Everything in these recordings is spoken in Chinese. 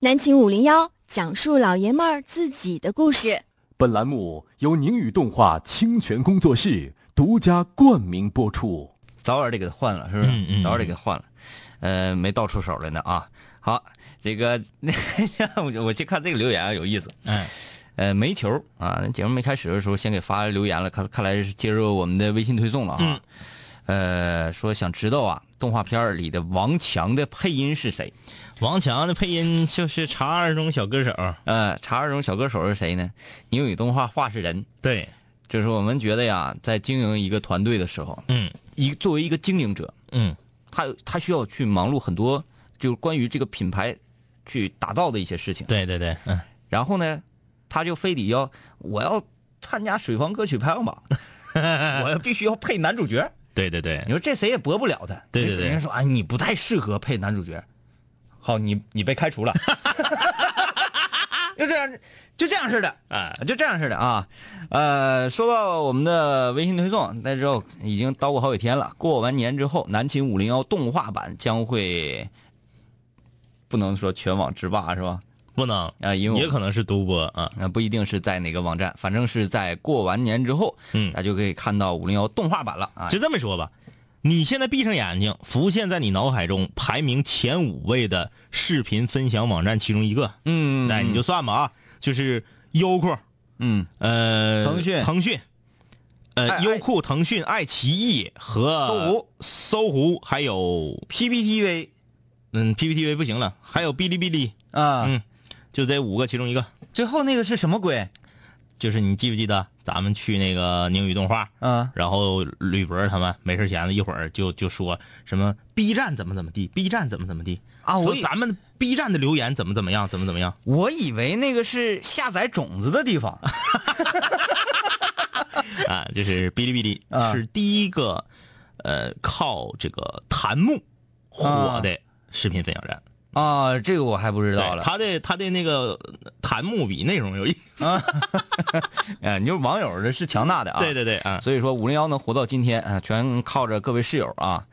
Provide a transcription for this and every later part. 南秦五零幺讲述老爷们儿自己的故事。本栏目由宁宇动画清泉工作室独家冠名播出。早晚得给他换了，是不是？嗯嗯早晚得给他换了，呃，没到出手来呢啊。好，这个 我我去看这个留言啊，有意思。哎，呃，煤球啊，节目没开始的时候先给发留言了，看看来是接受我们的微信推送了嗯啊。呃，说想知道啊，动画片儿里的王强的配音是谁？王强的配音就是查二中小歌手，呃，查二中小歌手是谁呢？英语动画画是人，对，就是我们觉得呀，在经营一个团队的时候，嗯一作为一个经营者，嗯他他需要去忙碌很多，就是关于这个品牌去打造的一些事情。对对对，嗯，然后呢，他就非得要我要参加水房歌曲排行榜， 我要必须要配男主角。对对对你，说这谁也驳不了他。哎对对对人家说哎，你不太适合配男主角。好，你你被开除了。 就这样，就这样似的，哎啊，就这样似的啊。呃，说到我们的微信推送，那之后已经捣鼓好几天了。过完年之后，南秦五零幺动画版将会不能说全网制霸是吧？不能啊因为我也可能是独播啊，那不一定是在哪个网站，反正是在过完年之后，嗯大家就可以看到五零幺动画版了啊。就这么说吧。你现在闭上眼睛，浮现在你脑海中排名前五位的视频分享网站其中一个，嗯那你就算吧啊，就是优酷、嗯，呃，腾讯腾讯，爱呃，优酷、腾讯、爱奇艺和搜狐、搜狐，还有 PPTV 嗯 PPTV 不行了，还有哔哩哔哩，啊，嗯，就这五个其中一个。最后那个是什么鬼？就是你记不记得咱们去那个宁宇动画，啊，然后吕博他们没事闲的一会儿就就说什么 B 站怎么怎么地，B 站怎么怎么地啊我说以咱们 B 站的留言怎么怎么样，怎么怎么样。 我以为那个是下载种子的地方。啊，就是哔哩哔哩、啊是第一个，呃，靠这个弹幕火的视频分享站。啊，这个我还不啊知道对了。他的他的那个呃弹幕比内容有意思。哎，你说网友这是强大的啊。 对对对啊，所以说五零幺能活到今天啊，全靠着各位室友啊。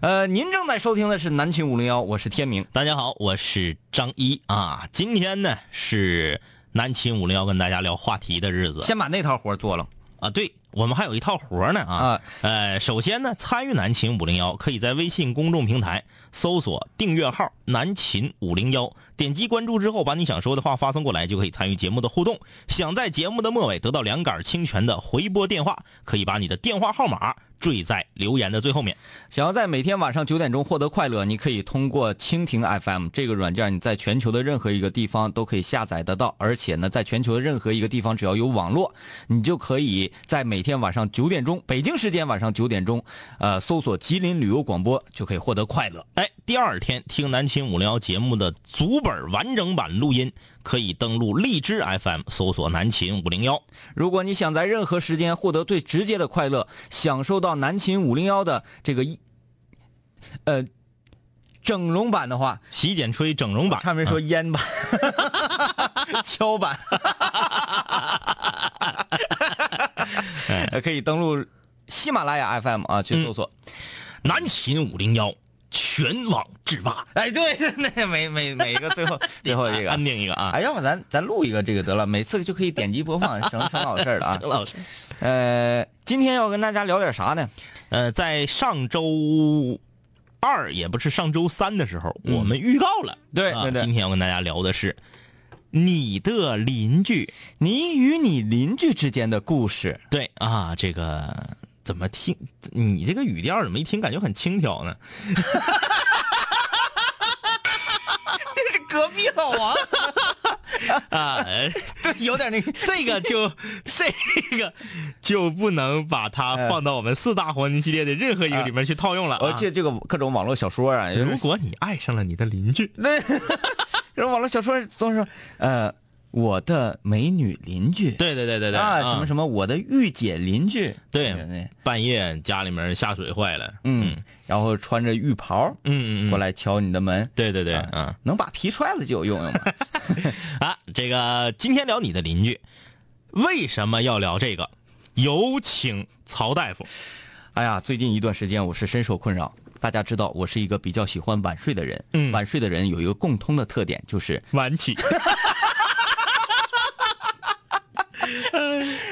呃，您正在收听的是南秦五零幺，我是天明。大家好，我是张一啊，今天呢是南秦五零幺跟大家聊话题的日子先把那套活做了啊，对。我们还有一套活呢啊，啊呃，首先呢，参与南秦五零幺，可以在微信公众平台搜索订阅号“南秦五零幺”，点击关注之后，把你想说的话发送过来，就可以参与节目的互动。想在节目的末尾得到两杆清泉的回拨电话，可以把你的电话号码缀在留言的最后面。想要在每天晚上九点钟获得快乐，你可以通过蜻蜓 FM 这个软件，你在全球的任何一个地方都可以下载得到，而且呢，在全球的任何一个地方只要有网络，你就可以在每天晚上九点钟，北京时间晚上九点钟，呃，搜索吉林旅游广播就可以获得快乐。哎，第二天听南秦五零幺节目的足本完整版录音，可以登录荔枝 FM 搜索南秦五零幺。如果你想在任何时间获得最直接的快乐，享受到南秦五零幺的这个一，呃，整容版的话，洗剪吹整容版，差点说烟版、敲版，呃可以登录喜马拉雅 FM 啊去搜索。南秦五零幺全网制霸。哎，对，那每每每一个最 后最后一个安。定一个啊，哎，要不咱咱录一个这个得了，每次就可以点击播放，省省好事儿 了啊。老师。呃，今天要跟大家聊点啥呢？呃，在上周二也不是上周三的时候，嗯我们预告了，对啊对对今天要跟大家聊的是你的邻居，你与你邻居之间的故事。对啊，这个怎么听？你这个语调怎么一听感觉很轻佻呢？ 这隔壁老王，啊， 呃 对，有点那个。这个就这个就不能把它放到我们四大黄金系列的任何一个里面去套用了、啊。哎我记得这个各种网络小说啊，如果你爱上了你的邻居，那 然后网络小说总是说，呃，我的美女邻居，对对对对对啊，什么么什么，我的御姐邻居，对，半夜家里面下水坏了，嗯，然后穿着浴袍嗯嗯嗯，过来敲你的门，对对对，啊嗯能把皮揣子就有用用 嘛？啊，这个今天聊你的邻居，为什么要聊这个？有请曹大夫。哎呀，最近一段时间我是深受困扰，大家知道我是一个比较喜欢晚睡的人，嗯晚睡的人有一个共通的特点，就是晚 起。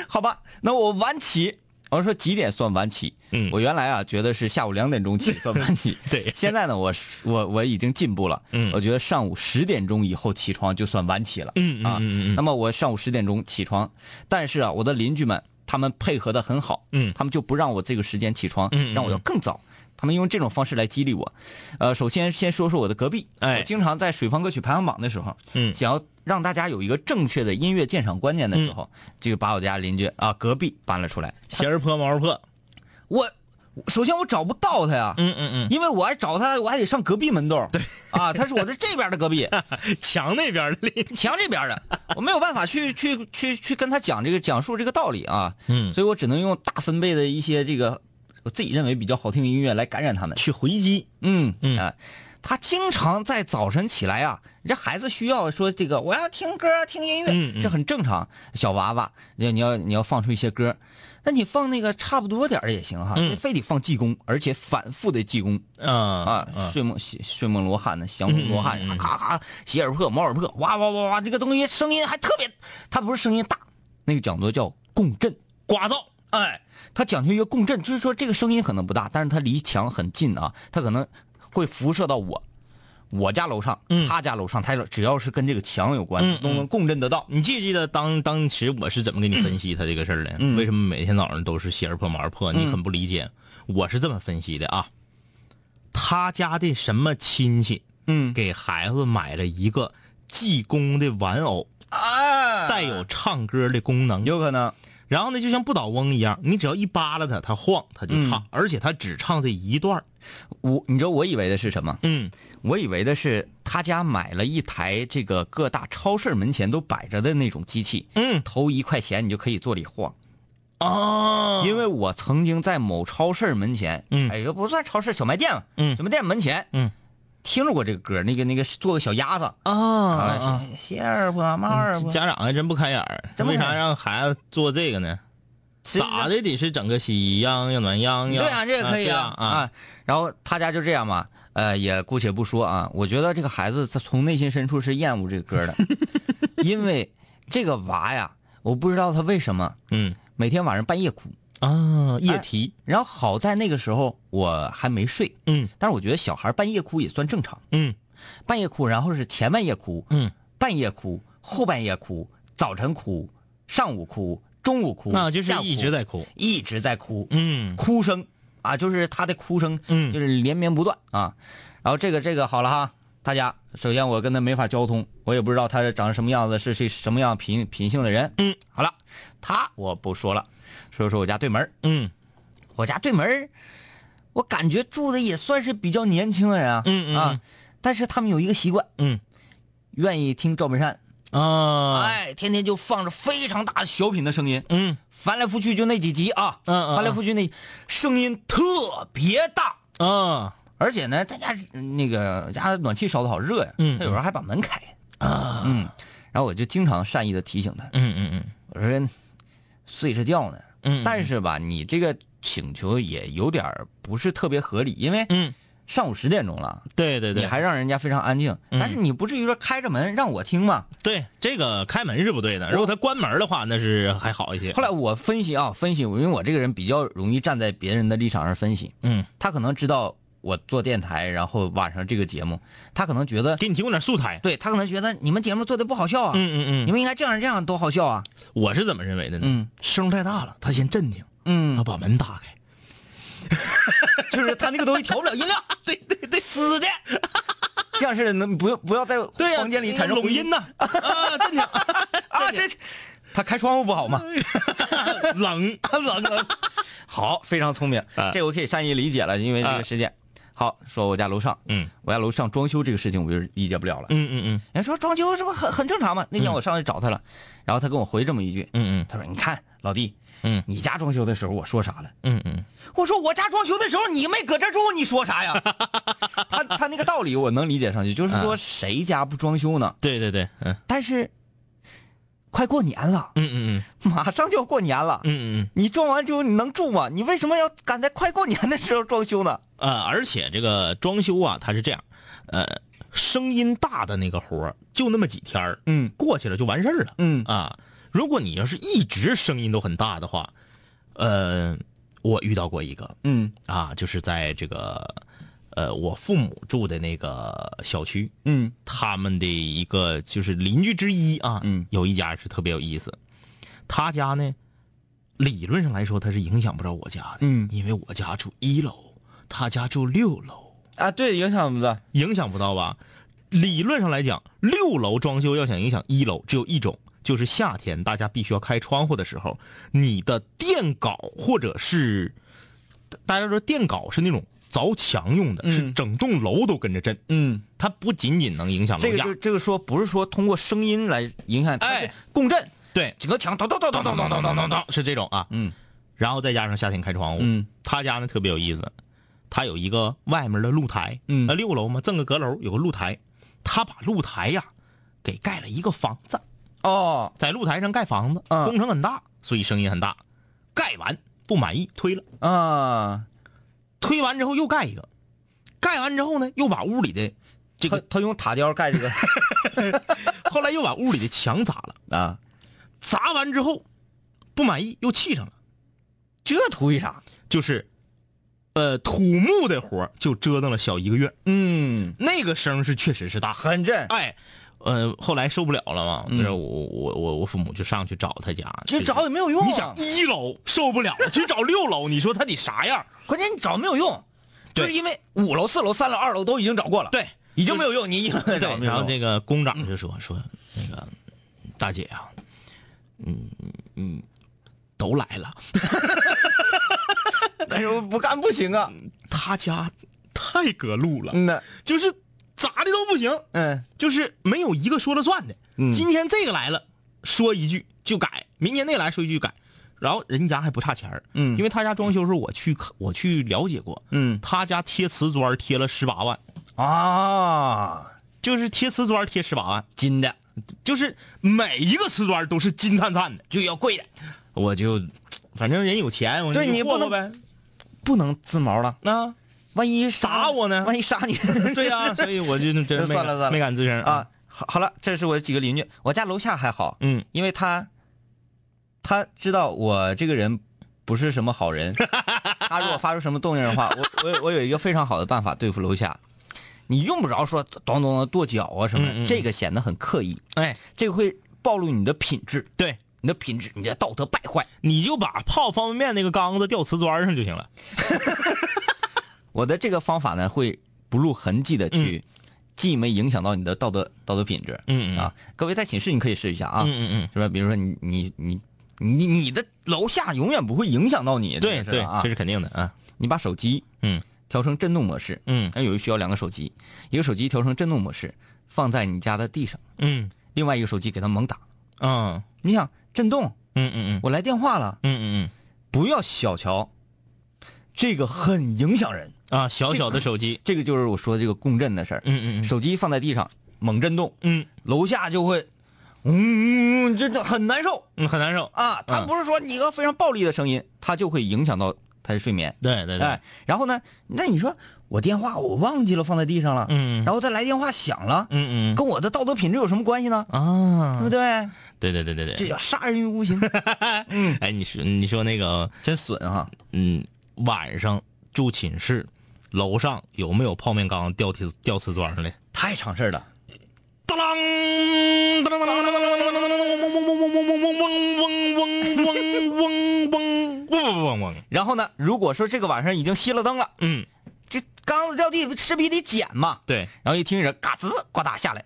好吧，那我晚起。我说几点算晚起？嗯我原来啊觉得是下午两点钟起 算晚起，对现在呢，我是我我已经进步了，嗯我觉得上午十点钟以后起床就算晚起了，嗯嗯啊，嗯嗯那么我上午十点钟起床，但是啊，我的邻居们他们配合的很好，嗯他们就不让我这个时间起床，嗯嗯嗯让我要更早。他们用这种方式来激励我，呃，首先先说说我的隔壁，哎我经常在水方歌曲排行榜的时候，嗯想要让大家有一个正确的音乐鉴赏观念的时候，嗯就把我家邻居啊隔壁搬了出来。鞋儿破，毛儿破。我首先我找不到他呀，嗯嗯因为我还找他，我还得上隔壁门洞。对，啊，他是我的这边的隔壁，嗯，墙那边儿的邻居。墙这边的， 我没有办法去去去去跟他讲这个讲述这个道理啊，嗯，所以我只能用大分贝的一些这个我自己认为比较好听的音乐来感染他们。去回击。嗯嗯啊，他经常在早晨起来啊，这孩子需要说这个我要听歌听音乐，嗯嗯这很正常。小娃娃，你要你要你要放出一些歌，那你放那个差不多点儿也行哈，嗯你非得放济公，而且反复的济公啊啊，睡梦睡睡梦罗汉呢，降龙罗汉，啊咔咔，洗耳破，毛耳破，哇哇哇哇，这个东西声音还特别，它不是声音大，那个讲究叫共振，刮噪。哎，它讲究一个共振，就是说这个声音可能不大，但是它离墙很近啊，它可能会辐射到我，我家楼上，嗯他家楼上，他只要是跟这个墙有关，嗯都能共振得到。你记不记得当当时我是怎么给你分析他这个事儿的？嗯为什么每天早上都是鞋儿破毛儿破？你很不理解。我是这么分析的啊，他家的什么亲戚嗯，给孩子买了一个济公的玩偶，哎，带有唱歌的功能。有可能，然后呢，就像不倒翁一样，你只要一扒拉它，它晃，它就唱，而且它只唱这一段儿我你知道我以为的是什么？嗯我以为的是他家买了一台这个各大超市门前都摆着的那种机器，嗯投一块钱你就可以坐里晃。啊，因为我曾经在某超市门前，嗯哎，也不算超市，小卖店了，嗯小卖店门前，嗯，听着过这个歌，那个那个做个小鸭子啊啊，鞋儿吧，猫儿吧，家长还真不开眼儿，真不为开眼啥让孩子做这个呢？其实嗯咋的得是整个喜羊羊暖羊羊？对啊，这个可以对啊啊啊！然后他家就这样嘛，呃，也姑且不说啊，我觉得这个孩子他从内心深处是厌恶这个歌 的，因为这个娃呀，我不知道他为什么嗯每天晚上半夜哭。啊，夜啼，然后好在那个时候我还没睡，嗯但是我觉得小孩半夜哭也算正常，嗯半夜哭，然后是前半夜哭，嗯，半夜哭，后半夜哭，早晨哭，上午哭，中午哭，那就是下午哭一直在哭，一直在哭，嗯哭声啊，就是他的哭声，嗯就是连绵不断啊。然后这个这个好了哈，大家首先我跟他没法交通，我也不知道他长什么样子，是是什么样品品性的人。嗯，好了，他我不说了，说说我家对门儿嗯我家对门儿我感觉住的也算是比较年轻的人啊，嗯嗯嗯啊，但是他们有一个习惯，嗯愿意听赵本山，啊，哎，天天就放着非常大的小品的声音，嗯翻来覆去就那几集啊，嗯嗯嗯翻来覆去那声音特别大，啊而且呢，他家那个家暖气烧的好热呀，嗯他有时候还把门开开啊，嗯，然后我就经常善意的提醒他，嗯嗯嗯我说睡着觉呢，嗯嗯但是吧，你这个请求也有点儿不是特别合理，因为嗯，上午十点钟了，对对你对，还让人家非常安静，嗯但是你不至于说开着门让我听嘛。对这个开门是不对的，如果他关门的话，那是还好一些。后来我分析啊，分析，因为我这个人比较容易站在别人的立场上分析，嗯，他可能知道我做电台，然后晚上这个节目，他可能觉得，给你提供点素材。对他可能觉得你们节目做的不好笑啊，嗯嗯你们应该这样这样多好笑啊，嗯，我是怎么认为的呢？嗯声太大了，他先镇定，然后嗯，把门打开。就是他那个东西调不了音量，啊对对对，死的， 这样式的能不用不要在房间里产生拢音呢呐，啊，镇 定，啊，这他开窗户不好吗？ 哎冷。 冷冷，好，非常聪明啊，这我可以善意理解了，因为这啊个事件。好，说我家楼上，嗯我家楼上装修这个事情，我就理解不了了。嗯嗯人家说装修这不很很正常吗？那天我上去找他了，然后他跟我回这么一句，嗯嗯他说：“你看老弟，嗯你家装修的时候我说啥了？嗯嗯我说我家装修的时候你没搁这住，你说啥呀？” 他他那个道啊理我能理解上去，就是说谁家不装修呢？对对对，嗯但是快过年了， 嗯嗯马上就要过年了嗯，嗯你装完之后你能住吗？你为什么要赶在快过年的时候装修呢？嗯，呃，而且这个装修啊，它是这样，呃，声音大的那个活儿就那么几天儿，嗯过去了就完事儿了。嗯啊，如果你要是一直声音都很大的话，呃，我遇到过一个嗯啊，就是在这个呃我父母住的那个小区，嗯他们的一个就是邻居之一啊，嗯有一家是特别有意思，他家呢，理论上来说他是影响不着我家的，嗯因为我家住一楼，他家住六楼，啊，对，影响我们的，影响不到吧？理论上来讲，六楼装修要想影响一楼，只有一种，就是夏天大家必须要开窗户的时候，你的电镐或者是，大家说电镐是那种凿墙用的，嗯是整栋楼都跟着震，嗯，它不仅仅能影响这楼个价，就这个说不是说通过声音来影响，它是哎共振，对，整个墙咚咚咚当咚当咚咚当当咚咚当当咚，当，是这种啊，嗯然后再加上夏天开窗户，嗯他家呢特别有意思，他有一个外面的露台，嗯呃，六楼嘛，赠个阁楼有个露台，他把露台呀给盖了一个房子，哦，在露台上盖房子，啊工程很大，所以声音很大。盖完不满意，推了，啊，推完之后又盖一个，盖完之后呢，又把屋里的这他个，他用塔吊盖这个呃后来又把屋里的墙砸 了，啊，砸完之后不满意又砌上了，这图为啥？就是，呃，土木的活儿就折腾了小一个月，嗯，那个声儿是确实是大，很震，哎，呃，后来受不了了嘛，嗯就是我我我我父母就上去找他家，去就是找也没有用啊你想一楼受不了了，去找六楼，你说他得啥样？关键你找没有用，就对是因为五楼、四楼、三楼、二楼都已经找过了，，对，已经没有用，你一个人找对，没有然后用啊嗯那个工长就说说那个大姐啊，嗯嗯，嗯都来了，但是不干不行啊，嗯他家太隔路了，嗯呐，就是咋的都不行，嗯 就是没有一个说了算的。嗯今天这个来了，说一句就改；明天那个来说一句改。然后人家还不差钱儿，嗯因为他家装修时候我去看我去了解过，嗯他家贴瓷砖儿贴了十八万，啊，就是贴瓷砖儿贴十八万，金的就是每一个瓷砖儿都是金灿灿的。就要贵的，我就反正人有钱，我对就你过不能过呗。不能自毛了，啊，万一杀打我呢万一杀 你，对 呀、所以我就真没算了敢算了没敢吱声啊。，好，好了，这是我几个邻居，我家楼下还好，嗯，因为他他知道我这个人不是什么好人，他如果发出什么动静的话，我我有我有一个非常好的办法对付楼下，你用不着说咚咚咚跺脚啊什么的，嗯嗯嗯这个显得很刻意，哎，这个会暴露你的品质，对，你的品质，你的道德败坏。你就把泡方便面那个缸子吊瓷砖儿上就行了。我的这个方法呢，会不露痕迹的去，既没影响到你的道德道德品质，嗯嗯嗯啊，各位在寝室你可以试一下啊，嗯嗯嗯，是吧？比如说你你你你你的楼下永远不会影响到你，对这个对事儿啊，这是肯定的啊。你把手机嗯调成震动模式，嗯那有需要两个手机，一个手机调成震动模式放在你家的地上，嗯另外一个手机给它猛打。嗯你想震动，嗯嗯嗯我来电话了，嗯嗯不要小瞧，这个很影响人。嗯啊，小小的手机，这个就是我说的这个共振的事儿。嗯嗯嗯手机放在地上猛震动，嗯楼下就会，嗯，这这很难受嗯，很难受。啊。它嗯不是说你一个非常暴力的声音，它就会影响到他的睡眠。对对对，哎，然后呢，那你说我电话我忘记了放在地上了，嗯然后再来电话响了，嗯嗯跟我的道德品质有什么关系呢？对不啊，对？对对对对这对。叫杀人于无形，哎，你说你说那个，真损哈！嗯，晚上住寝室，楼上有没有泡面缸吊瓷吊瓷砖上的？太常事儿了。当当当当当当当当当当，嗡嗡嗡嗡嗡嗡嗡嗡嗡嗡嗡嗡嗡嗡嗡嗡。然后呢，如果说这个晚上已经熄了灯了，嗯，这缸子掉地不势必得捡嘛。对，然后一听人嘎吱呱嗒下来，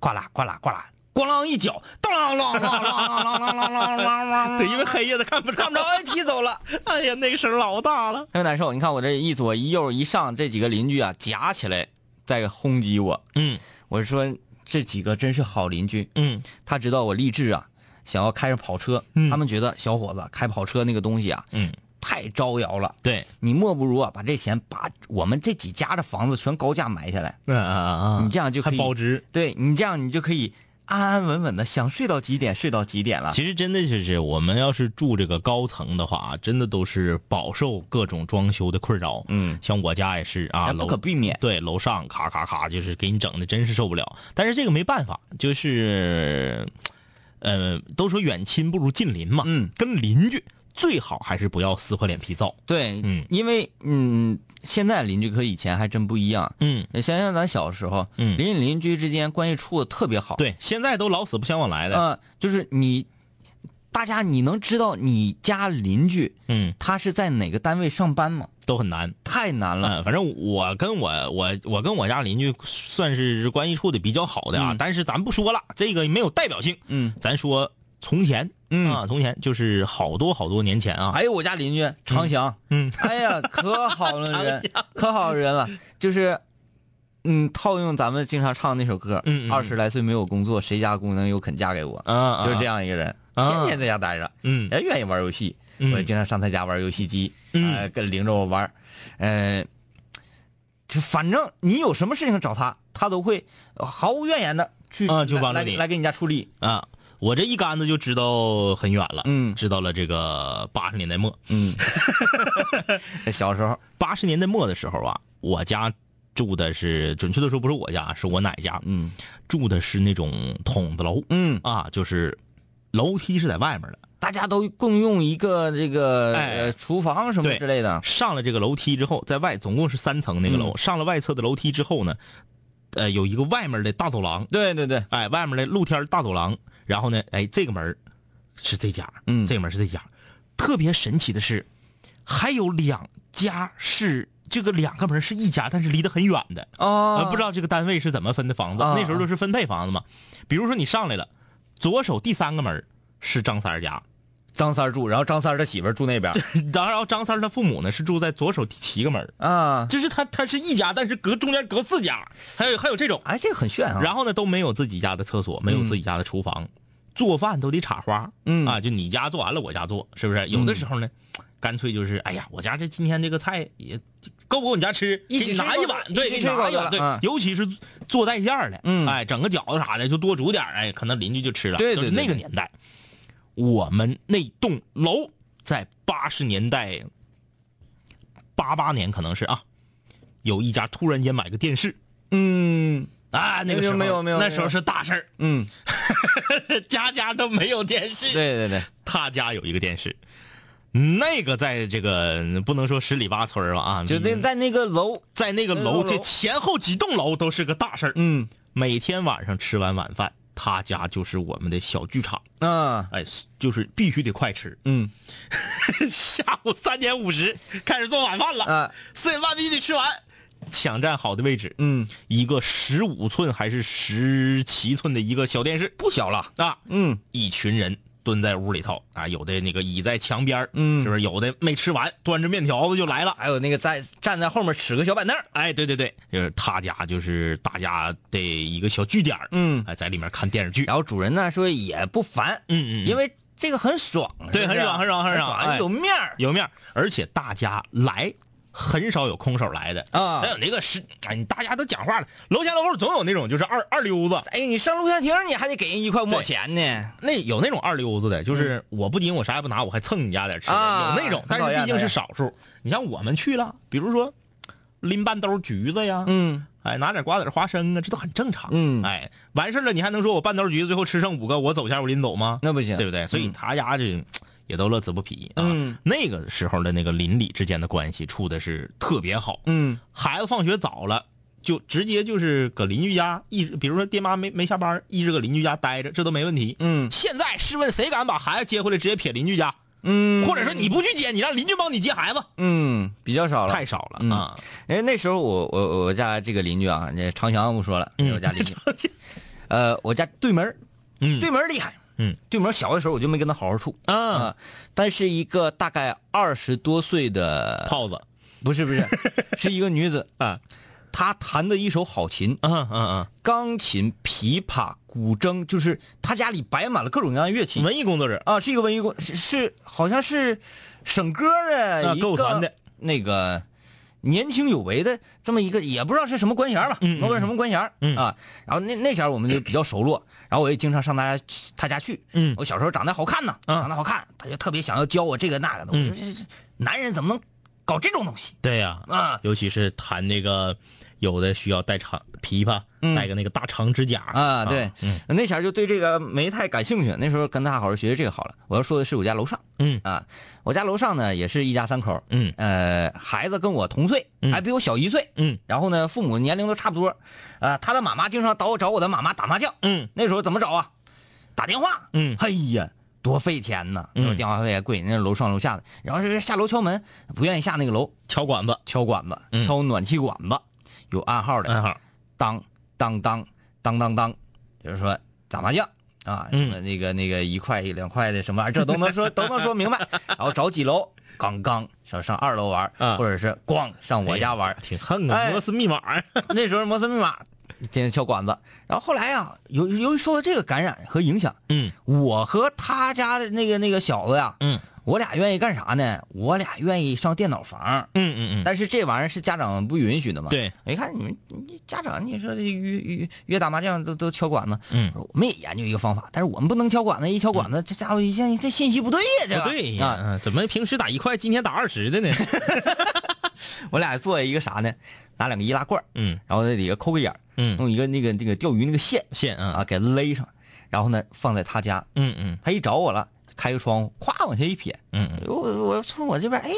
呱啦呱啦呱啦，咣啷一脚，当啷啷啷啷啷啷啷啷啷啷，对，因为黑夜他看不看不。着着人踢走了，哎呀，那个声老大了。特别难受。你看我这一左一右一上，这几个邻居啊夹起来在轰击我。嗯我说这几个真是好邻居，嗯他知道我励志啊，想要开着跑车，嗯他们觉得小伙子开跑车那个东西啊嗯，太招摇了，对，你莫不如啊把这钱把我们这几家的房子全高价买下来，啊啊啊！嗯你这样就可还以包值。对你这样你就可以安安稳稳的，想睡到几点睡到几点了。其实真的就是我们要是住这个高层的话，啊真的都是饱受各种装修的困扰。嗯，像我家也是啊，那不楼可避免。对楼上咔咔咔，就是给你整的真是受不了。但是这个没办法，就是，呃，都说远亲不如近邻嘛，嗯，跟邻居最好还是不要撕破脸皮造。对，嗯因为嗯，现在邻居和以前还真不一样。嗯，你想想咱小时候，嗯邻里邻居之间关系处的特别好。对，现在都老死不相往来的。啊、就是你，大家你能知道你家邻居嗯，他是在哪个单位上班吗？都很难。太难了。嗯，反正我跟我我我跟我家邻居算是关系处的比较好的啊，嗯但是咱不说了，这个没有代表性。嗯咱说从前，嗯啊，从前就是好多好多年前啊，哎呦，我家邻居常祥，嗯，哎呀，可好了人，可好人了，就是，嗯，套用咱们经常唱那首歌，嗯嗯嗯二十来岁没有工作，谁家姑娘又肯嫁给我，啊啊，嗯就是这样，样一个人，啊天天在家待着，嗯人愿意玩游戏，嗯我就经常上他家玩游戏机，嗯呃跟领着我玩，呃，就反正你有什么事情找他，他都会毫无怨言的去啊就来帮着来你来给你家出力，啊，我这一竿子就知道很远了，嗯知道了这个八十年代末， 嗯，小时候，八十年代末的时候啊，我家住的是，准确的说不是我家，是我奶家，嗯住的是那种筒子楼嗯，啊，就是楼梯是在外面的。大家都共用一个这个、哎呃厨房什么对之类的，上了这个楼梯之后，在外总共是三层那个嗯楼，上了外侧的楼梯之后呢，呃，有一个外面的大走廊，对对对，哎，外面的露天大走廊，然后呢，哎，这个门儿是这家，嗯这个门儿是这家。特别神奇的是，还有两家是这个两个门儿是一家，但是离得很远的。啊呃，不知道这个单位是怎么分的房子，啊那时候就是分配房子嘛。比如说你上来了，左手第三个门儿是张三 儿家，张三儿住，然后张三儿的媳妇儿住那边儿然后张三儿他父母呢是住在左手第七个门儿，啊，就是他他是一家，但是隔中间隔四家，还有还有这种。哎，这个很炫啊，然后呢，都没有自己家的厕所，没有自己家的厨房，做饭都得插花。嗯啊，就你家做完了，我家做，是不是？有的时候呢，干脆就是，哎呀，我家这今天这个菜也够不够你家吃？一起给你吃拿够一了碗，一对，起给你吃拿够一碗，了对嗯，尤其是做带馅儿的，嗯哎，整个饺子啥的就多煮点儿，哎，可能邻居就吃了。对就对是那对个年代，我们那栋楼在八十年代，八八年可能是啊，有一家突然间买个电视。嗯啊，那那个就时候没有没有那时候是大事儿， 嗯，家家都没有电视。对，对对，他家有一个电视，那个在这个不能说十里八村儿吧啊，就在嗯在那个楼，在那个那个楼，楼这前后几栋楼都是个大事儿。嗯每天晚上吃完晚饭，他家就是我们的小剧场，啊哎，就是必须得快吃。 嗯下午三点五十开始做晚饭了， 啊四点半必须得吃完，抢占好的位置。嗯，一个十五寸还是十七寸的一个小电视，不小了啊！嗯，一群人蹲在屋里头啊，有的那个倚在墙边儿嗯是不是？有的没吃完，端着面条子就来了。还有那个在站在后面使个小板凳儿，哎，对对对，就是他家就是大家的一个小据点儿嗯哎，在里面看电视剧。然后主人呢说也不烦，嗯嗯嗯因为这个很爽，对是不是啊很爽很爽很很爽哎有面儿，有面儿，而且大家来很少有空手来的啊还有那个是，哎，你大家都讲话了，楼前楼后总有那种就是二二溜子，哎，你上录像厅你还得给人一块五毛钱呢，那有那种二溜子的，就是我不仅我啥也不拿，我还蹭你家点吃的，嗯啊有那种，很但讨是厌毕竟是少数。你像我们去了，比如说拎半兜橘子呀，嗯哎，拿点瓜子花生啊，这都很正常。嗯哎，完事儿了，你还能说我半兜橘子最后吃剩五个，我走下我拎走吗？那不行对不对？所以嗯他家这也都乐此不疲啊。嗯那个时候的那个邻里之间的关系处的是特别好。嗯孩子放学早了，就直接就是搁邻居家一直，比如说爹妈没没下班，一直搁邻居家待着，这都没问题。嗯现在试问谁敢把孩子接回来直接撇邻居家，嗯，或者说你不去接，你让邻居帮你接孩子，嗯比较少了，太少了嗯啊！因为那时候我我我家这个邻居啊，那常祥不说了，我家邻居，呃，我家对门儿嗯对门儿厉害，嗯，对门儿小的时候我就没跟他好好处啊，啊，但是一个大概二十多岁的，炮子，不是不 是，是一个女子啊，她弹的一手好琴，嗯嗯嗯钢琴、琵琶、古筝，就是她家里摆满了各种各样的乐器嗯，文艺工作者，啊，是一个文艺工，是是好像是省歌啊的一个歌舞团的那个年轻有为的这么一个，也不知道是什么官衔吧，嗯嗯某个什么官衔嗯啊。然后那那前儿我们就比较熟络，然后我也经常上他家他家去。嗯我小时候长得好看呢，啊长得好看，他就特别想要教我这个那个的。我说这这男人怎么能搞这种东西对呀、啊？尤其是弹那个，有的需要带长琵琶，嗯带个那个大长指甲啊，对，嗯那前儿就对这个没太感兴趣。那时候跟他好好学学这个好了。我要说的是我家楼上嗯啊，我家楼上呢也是一家三口，嗯呃，孩子跟我同岁，嗯还比我小一岁。嗯然后呢，父母年龄都差不多，呃，他的妈妈经常找我找我的妈妈打麻将。嗯那时候怎么找啊？打电话。嗯哎呀，多费钱呐！那时候嗯电话费还贵，那楼上楼下的。然后是下楼敲门，不愿意下那个楼，敲管子，敲管子，嗯敲暖气管子，有暗号的，暗号，当当当当当当，就是说打麻将啊，什嗯么那个那个一块一两块的什么玩意儿，这都能说都能说明白。 然后找几楼，刚刚上上二楼玩啊，或者是咣上我家玩，挺横哎啊，摩斯密码啊， 那时候摩斯密码，天天敲管子。然后后来啊，由由于受到这个感染和影响，嗯我和他家的那个那个小子呀，嗯我俩愿意干啥呢？我俩愿意上电脑房，嗯 嗯嗯，但是这玩意儿是家长不允许的嘛。，对，我一看你们你家长，你说这约约约打麻将都都敲管子，嗯我们也研究一个方法，但是我们不能敲管子，一敲管子，这家伙一下这信息不对呀、这个不对呀、啊！嗯怎么平时打一块，今天打二十的呢？我俩做一个啥呢？拿两个易拉罐儿，嗯然后在底下抠个眼儿，嗯，弄一个那个那个钓鱼那个线线啊，啊，给它勒上，然后呢放在他家，嗯嗯他一找我了，开个窗户，咵往下一撇，嗯我我冲我这边，哎，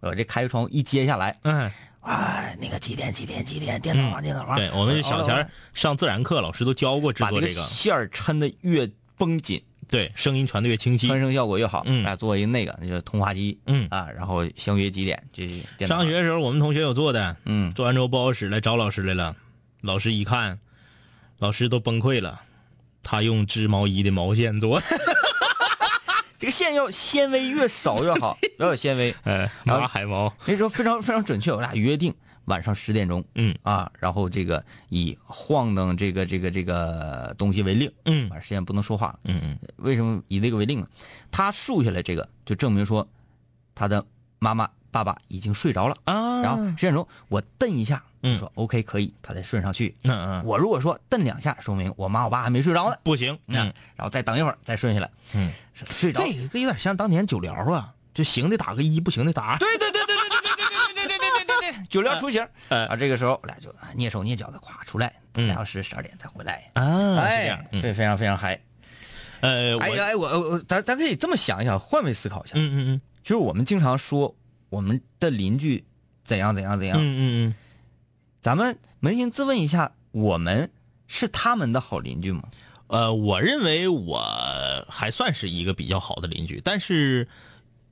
我这开个窗户一揭下来， 嗯啊，那个几点几点几点，电脑房电脑嗯，房，对，我们小前钱儿上自然课，老师都教过制把作这这个个，线儿抻的越绷紧，对，声音传的越清晰。穿声效果越好，嗯哎，做一个那个那就是通话机嗯，啊，然后相约几点，这是电脑啊上房学，的时候我们同学有做的，嗯，做完之后不好使来找老师来了，老师一看，老师都崩溃了，他用织毛衣的毛线做，这个线要纤维越少越 好，不要有纤维。呃，然后麻海毛，那时候非常非常准确，我俩约定晚上十点钟嗯啊，然后这个以晃荡这个这个这个东西为令，嗯晚上十点不能说话，嗯嗯为什么以这个为令呢？他竖下来这个，就证明说他的妈妈、爸爸已经睡着了。啊然后十点钟我蹬一下，嗯说 OK 可以，他再顺上去。嗯嗯，我如果说蹬两下，说明我妈我爸还没睡着呢。不行，嗯嗯，然后再等一会儿再顺下来，嗯，睡着。这个有点像当年九聊啊，就行的打个一，不行的打二，对对对对对对对对对对对对对对对，九料雏形。呃啊，这个时候我俩就啊蹑手蹑脚的咵出来，等俩小时十二点再回来。啊，是这哎样，，嗯对，非常非常嗨。呃，我哎嗯哎，我我我咱咱可以这么想一想，换位思考一下。嗯嗯就是我们经常说我们的邻居怎样怎样怎嗯样，嗯嗯，咱们扪心自问一下，我们是他们的好邻居吗？呃，我认为我还算是一个比较好的邻居，但是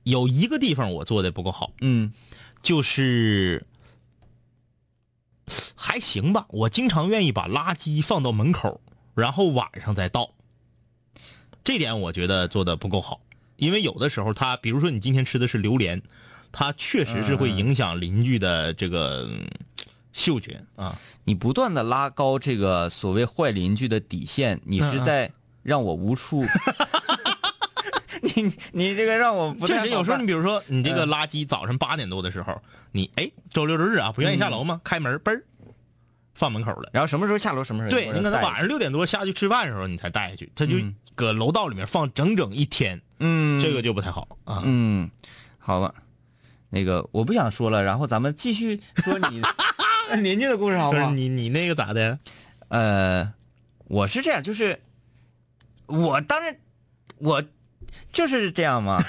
有一个地方我做的不够好，嗯就是还行吧。我经常愿意把垃圾放到门口，然后晚上再倒。这点我觉得做的不够好，因为有的时候它，比如说你今天吃的是榴莲，它确实是会影响邻居的这个嗯嗅觉啊。你不断的拉高这个所谓坏邻居的底线，你嗯是在让我无 处。 你你这个让我嗯不确太实，好有时候办嗯你比如说你这个垃圾早上八点多的时候，你哎周六周日啊不愿意下楼嗯吗？开门嘣儿放门口了。然后什么时候下楼，什么时候对你可能晚把上六点多下去吃饭的时候你才带下去，他就嗯搁楼道里面放整整一天，嗯这个就不太好啊。嗯，好吧，那个我不想说了，然后咱们继续说你 邻居的故事好不不是好？你你那个咋的？呃，我是这样，就是我当然我就是这样 嘛。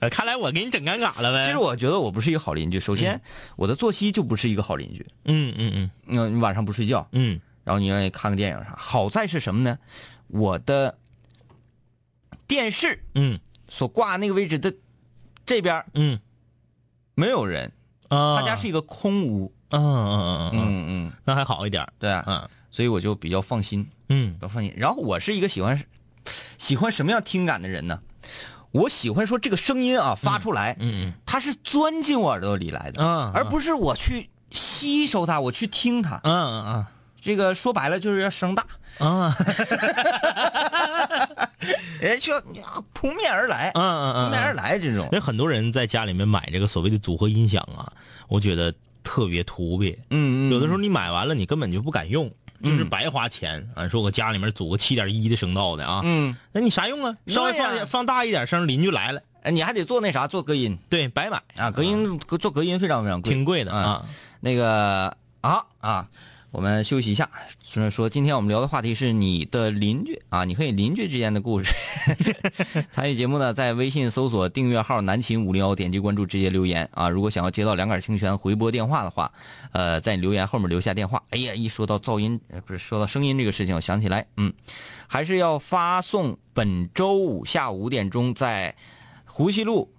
呃看来我给你整尴尬了呗。其实我觉得我不是一个好邻居。首先，我的作息就不是一个好邻居。嗯嗯嗯嗯，你晚上不睡觉，嗯然后你愿意看个电影啥。好在是什么呢？我的电视嗯所挂那个位置的这边嗯没有人，啊，他家是一个空屋。嗯嗯嗯嗯，嗯嗯，那还好一点儿。对啊，嗯所以我就比较放心。嗯都放心。然后我是一个喜欢喜欢什么样听感的人呢？我喜欢说这个声音啊发出来，嗯它是钻进我耳朵里来的，嗯而不是我去吸收它，我去听它。嗯嗯啊 这个说白了就是要声大。嗯嗯，人家说你啊扑面而来，嗯嗯扑嗯面而嗯，来这种因，为很多人在家里面买这个所谓的组合音响啊，我觉得特别突兀。嗯嗯，嗯有的时候你买完了，你根本就不敢用，就是白花钱啊。说我家里面组个七点一的声道的啊，嗯，那你啥用啊？稍微放对呀放大一点声，邻居来了，哎你还得做那啥，做隔音对，白买，啊，隔音隔做隔音非常非常贵，挺贵的嗯啊。那个啊啊，我们休息一下。就是说，今天我们聊的话题是你的邻居啊，你和你邻居之间的故事。 参与节目呢，在微信搜索订阅号“南秦五零幺”，点击关注，直接留言啊。如果想要接到两杆清泉回拨电话的话，呃，在你留言后面留下电话。哎呀，一说到噪音，呃不是说到声音这个事情，我想起来，嗯，还是要发送本周五下午五点钟在湖西路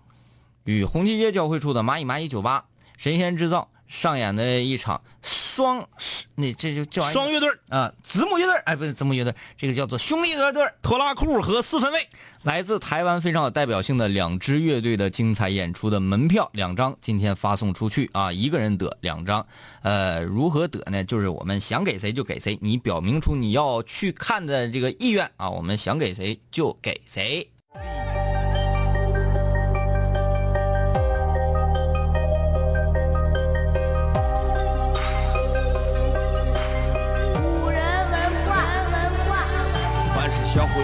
与红旗街交汇处的蚂蚁蚂蚁酒吧神仙制造上演的一场双，那这就这玩意儿双乐队儿啊、子母乐队儿，哎，不是子母乐队儿，这个叫做兄弟乐队儿，拖拉裤和四分卫，来自台湾非常有代表性的两支乐队的精彩演出的门票两张，今天发送出去啊，一个人得两张。呃，如何得呢？就是我们想给谁就给谁，你表明出你要去看的这个意愿啊，我们想给谁就给谁。古人文化，文化。凡是想毁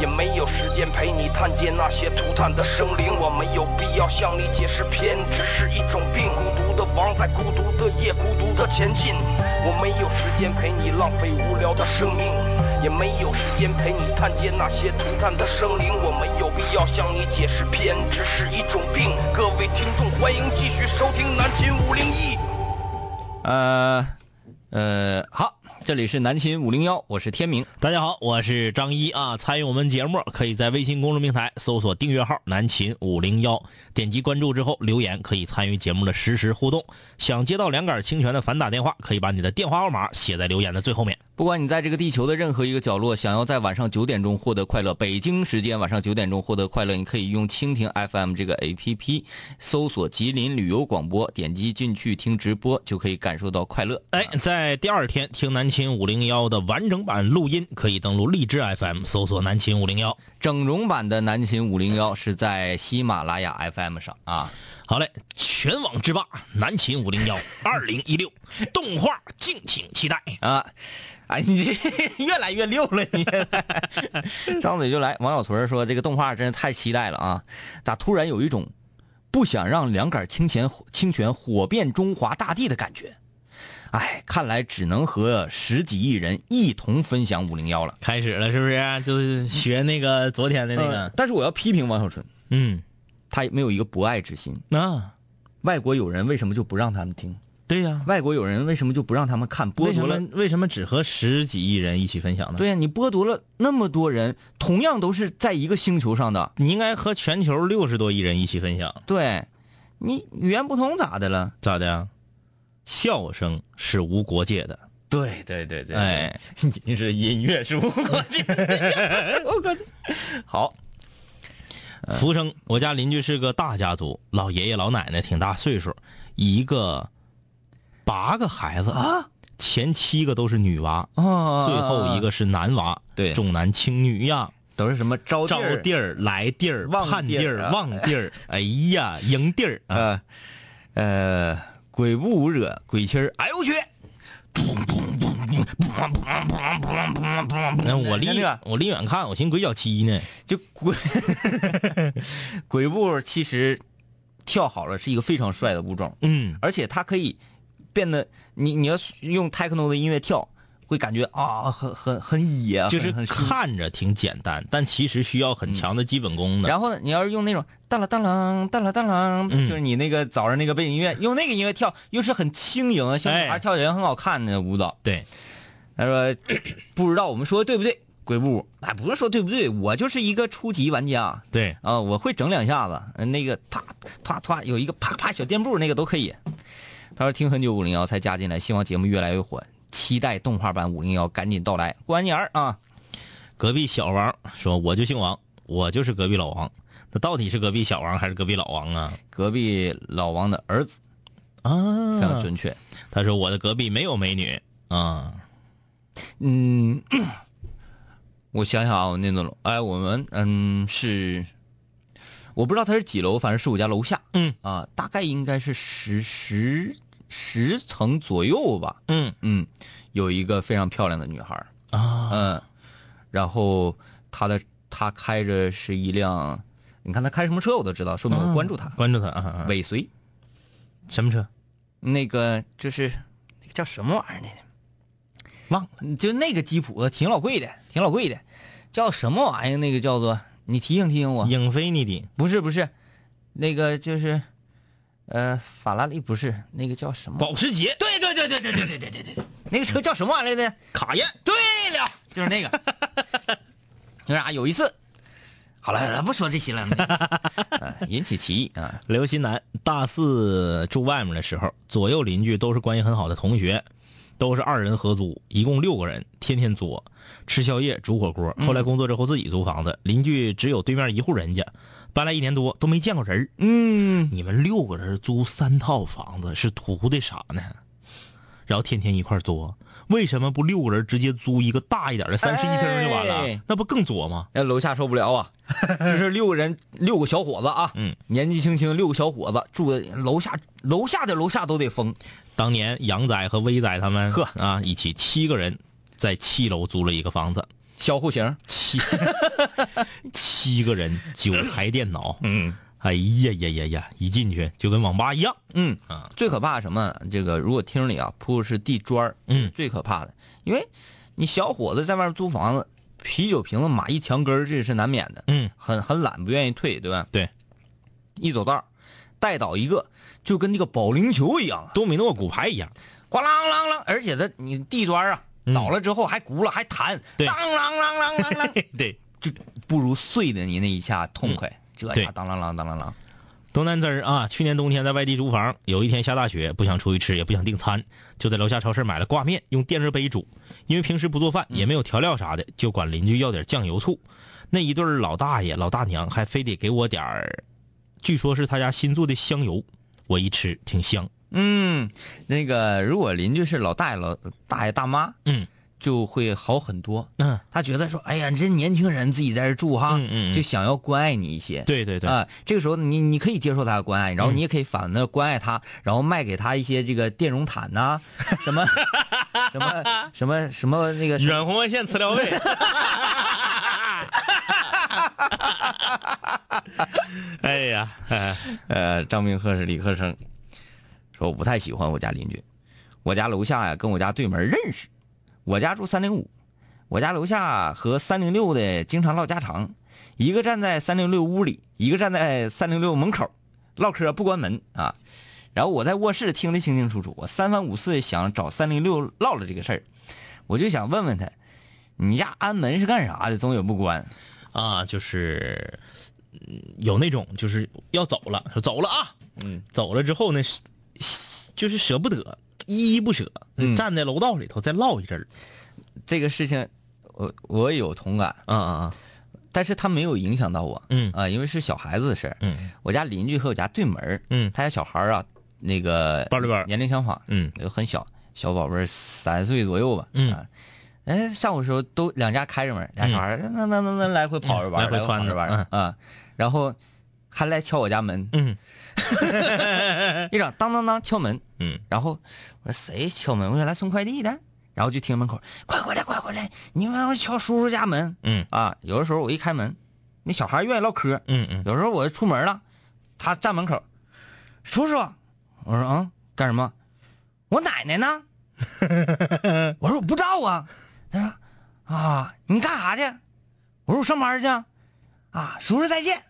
也没有时间陪你探街那些涂炭的生灵，我没有必要向你解释偏执是一种病。孤独的王在孤独的夜，孤独的前进。我没有时间陪你浪费无聊的生命，也没有时间陪你探街那些涂炭的生灵。我没有必要向你解释偏执是一种病。各位听众，欢迎继续收听南秦五零一。呃，呃，好，这里是南秦五零幺，我是天明。大家好，我是张一啊。参与我们节目，可以在微信公众平台搜索订阅号“南秦五零幺”，点击关注之后留言，可以参与节目的实时互动。想接到两杆清泉的反打电话，可以把你的电话号码写在留言的最后面。不管你在这个地球的任何一个角落，想要在晚上九点钟获得快乐，北京时间晚上九点钟获得快乐，你可以用蜻蜓 FM 这个 APP 搜索吉林旅游广播，点击进去听直播，就可以感受到快乐。啊哎，在第二天听南秦五零幺的完整版录音，可以登录荔枝 FM 搜索南秦五零幺。整容版的南秦五零幺是在喜马拉雅 FM 上啊，好嘞，全网之霸南秦五零 幺，二零一六动画敬请期待。啊，哎，你 这越来越溜了，你 张嘴就来。王小屯说：“这个动画真是太期待了啊！咋突然有一种不想让两杆清泉清泉火遍中华大地的感觉？哎，看来只能和十几亿人一同分享五零幺了。开始了是不是？就是学那个昨天的那个，呃但是我要批评王小纯，嗯，他没有一个博爱之心。啊，外国友人为什么就不让他们听？对呀、外国友人为什么就不让他们看？剥为夺什了么为什么只和十几亿人一起分享呢？，对呀、你剥夺了那么多人，同样都是在一个星球上的，你应该和全球六十多亿人一起分享，对你语言不通咋的了？咋的啊呀？笑声是无国界的，对对对对哎，哎，你是音乐是无国界。 好，哎福生，我家邻居是个大家族，老爷爷老奶奶挺大岁数，一个八个孩子啊，前七个都是女娃，哦 最后一个是男娃，对重男轻女呀。都是什么招招儿地儿、来地儿、旺盼地地儿儿、啊旺地 儿，哎呀，迎地儿啊！呃呃，鬼不惹鬼亲儿，哎呦我去！嗯那我离那个我离远 看，我寻鬼脚七呢。就鬼鬼步其实跳好了，是一个非常帅的舞种，嗯，而且它可以变得你你要用 techno 的音乐跳，会感觉啊很很很野，啊就是嗯很很新看着挺简单，但其实需要很强的基本功的。然后你要是用那种哒啦哒啦哒啦哒啦，嗯就是你那个早上那个背景音乐，用那个音乐跳，又是很轻盈，小女哎孩跳起来很好看的舞蹈。对，他说不知道我们说的对不 对，鬼步，哎，不是说对不对，我就是一个初级玩家啊、对，我会整两下子，呃那个啪啪啪有一个啪啪小垫步那个都可以。他说听很久五零幺才加进来，希望节目越来越火，期待动画版五零幺赶紧到来，过完年儿啊，隔壁小王说：“我就姓王，我就是隔壁老王。”那到底是隔壁小王还是隔壁老王啊？隔壁老王的儿子非常啊，准确。他说我的隔壁没有美女啊，嗯， 我想想啊，我念错了。哎，我们嗯是，我不知道他是几楼，反正是我家楼下。嗯啊，大概应该是十十十层左右吧。嗯嗯，有一个非常漂亮的女孩儿。啊，嗯，然后她的她开着是一辆，你看她开什么车我都知道，说明我关注她。关注他啊，啊尾随什么车？那个就是那个叫什么玩意儿呢？忘了就那个吉普挺老贵的，挺老贵的，叫什么玩意儿？那个叫做你提醒提醒我，英菲尼迪不是不是，那个就是，呃，法拉利不是那个叫什么？保时捷，对对对对对对对对对对对，那个车叫什么玩意儿来着？卡宴，对了，就是那个。那啥，有一次，好了，好了不说这些了，呃引起歧义 啊。刘新南大四住外面的时候，左右邻居都是关系很好的同学，都是二人合租，一共六个人，天天作，吃宵夜，煮火锅。后来工作之后自己租房子，邻居只有对面一户人家，搬来一年多都没见过人儿嗯，你们六个人租三套房子是图的啥呢？然后天天一块儿作，为什么不六个人直接租一个大一点的三室一厅就完了？哎那不更作吗？那楼下受不 了啊，这是六个人，六个小伙子啊，嗯，年纪轻轻，六个小伙子住在楼下，楼下的楼下都得封。当年杨仔和威仔他们呵啊，一起七个人在七楼租了一个房子，小户型，七 七个人九台电脑，嗯哎呀呀呀呀！一进去就跟网吧一样，嗯啊，最可怕什么？这个如果厅里啊铺的是地砖儿，嗯最可怕的，因为你小伙子在外面租房子，啤酒瓶子码一墙根儿，这是难免的，嗯，很很懒，不愿意退，对吧？对，一走道儿带倒一个，就跟那个保龄球一样啊，多米诺骨牌一样，咣啷啷啷，而且它你地砖啊嗯倒了之后还轱辘还弹，对当啷啷啷啷啷， 对。就不如碎的你那一下痛快，这嗯对下当啷啷当啷啷，东南枝儿啊，去年冬天在外地租房，有一天下大雪，不想出去吃，也不想订餐，就在楼下超市买了挂面，用电热杯煮。因为平时不做饭，也没有调料啥的，就管邻居要点酱油醋。那一对儿老大爷、老大娘还非得给我点儿，据说是他家新做的香油。我一吃挺 香，嗯，那个如果邻居是老大爷老大爷大妈，嗯就会好很多。嗯他觉得说，哎呀，你这年轻人自己在这住哈，嗯嗯嗯就想要关爱你一些。对对对，嗯啊、这个时候你你可以接受他的关爱，然后你也可以反的关爱他，然后卖给他一些这个电绒毯呐、什 么什么什么什么那个什么远红外线磁疗 位。哎呀，哎呃，张明赫是理科生，说我不太喜欢我家邻居，我家楼下呀跟我家对门认识，我家住三零五，我家楼下和三零六的经常唠家常，一个站在三零六屋里，一个站在三零六门口唠嗑不关门啊，然后我在卧室听得清清楚楚，我三番五次想找三零六唠了这个事儿，我就想问问他，你家安门是干啥的？总也不关，啊，就是嗯有那种就是要走了，说走了啊，嗯，走了之后呢，是就是舍不得，依依不舍，嗯站在楼道里头再唠一阵儿。这个事情我我有同感。啊啊，但是他没有影响到我，嗯啊、因为是小孩子的事儿。嗯我家邻居和我家对门儿嗯他家小孩儿啊，那个班里边儿年龄相仿，嗯呃很小，小宝贝儿三岁左右吧，嗯啊，哎，上午的时候都两家开着门，俩小孩儿那那那那来回跑着玩儿，嗯来回窜窜着着玩儿啊，然后还来敲我家门，嗯一整当当当敲门，嗯，然后我说谁敲门？我说来送快递的，然后就听门口快回来快回来，你们敲叔叔家门，嗯啊，有的时候我一开门，那小孩儿愿意唠嗑，嗯嗯有时候我出门了，他站门口，叔叔，我说啊，干什么？我奶奶呢？我说我不知道啊。他说啊，你干啥去？我说我上班去。啊，叔叔再见，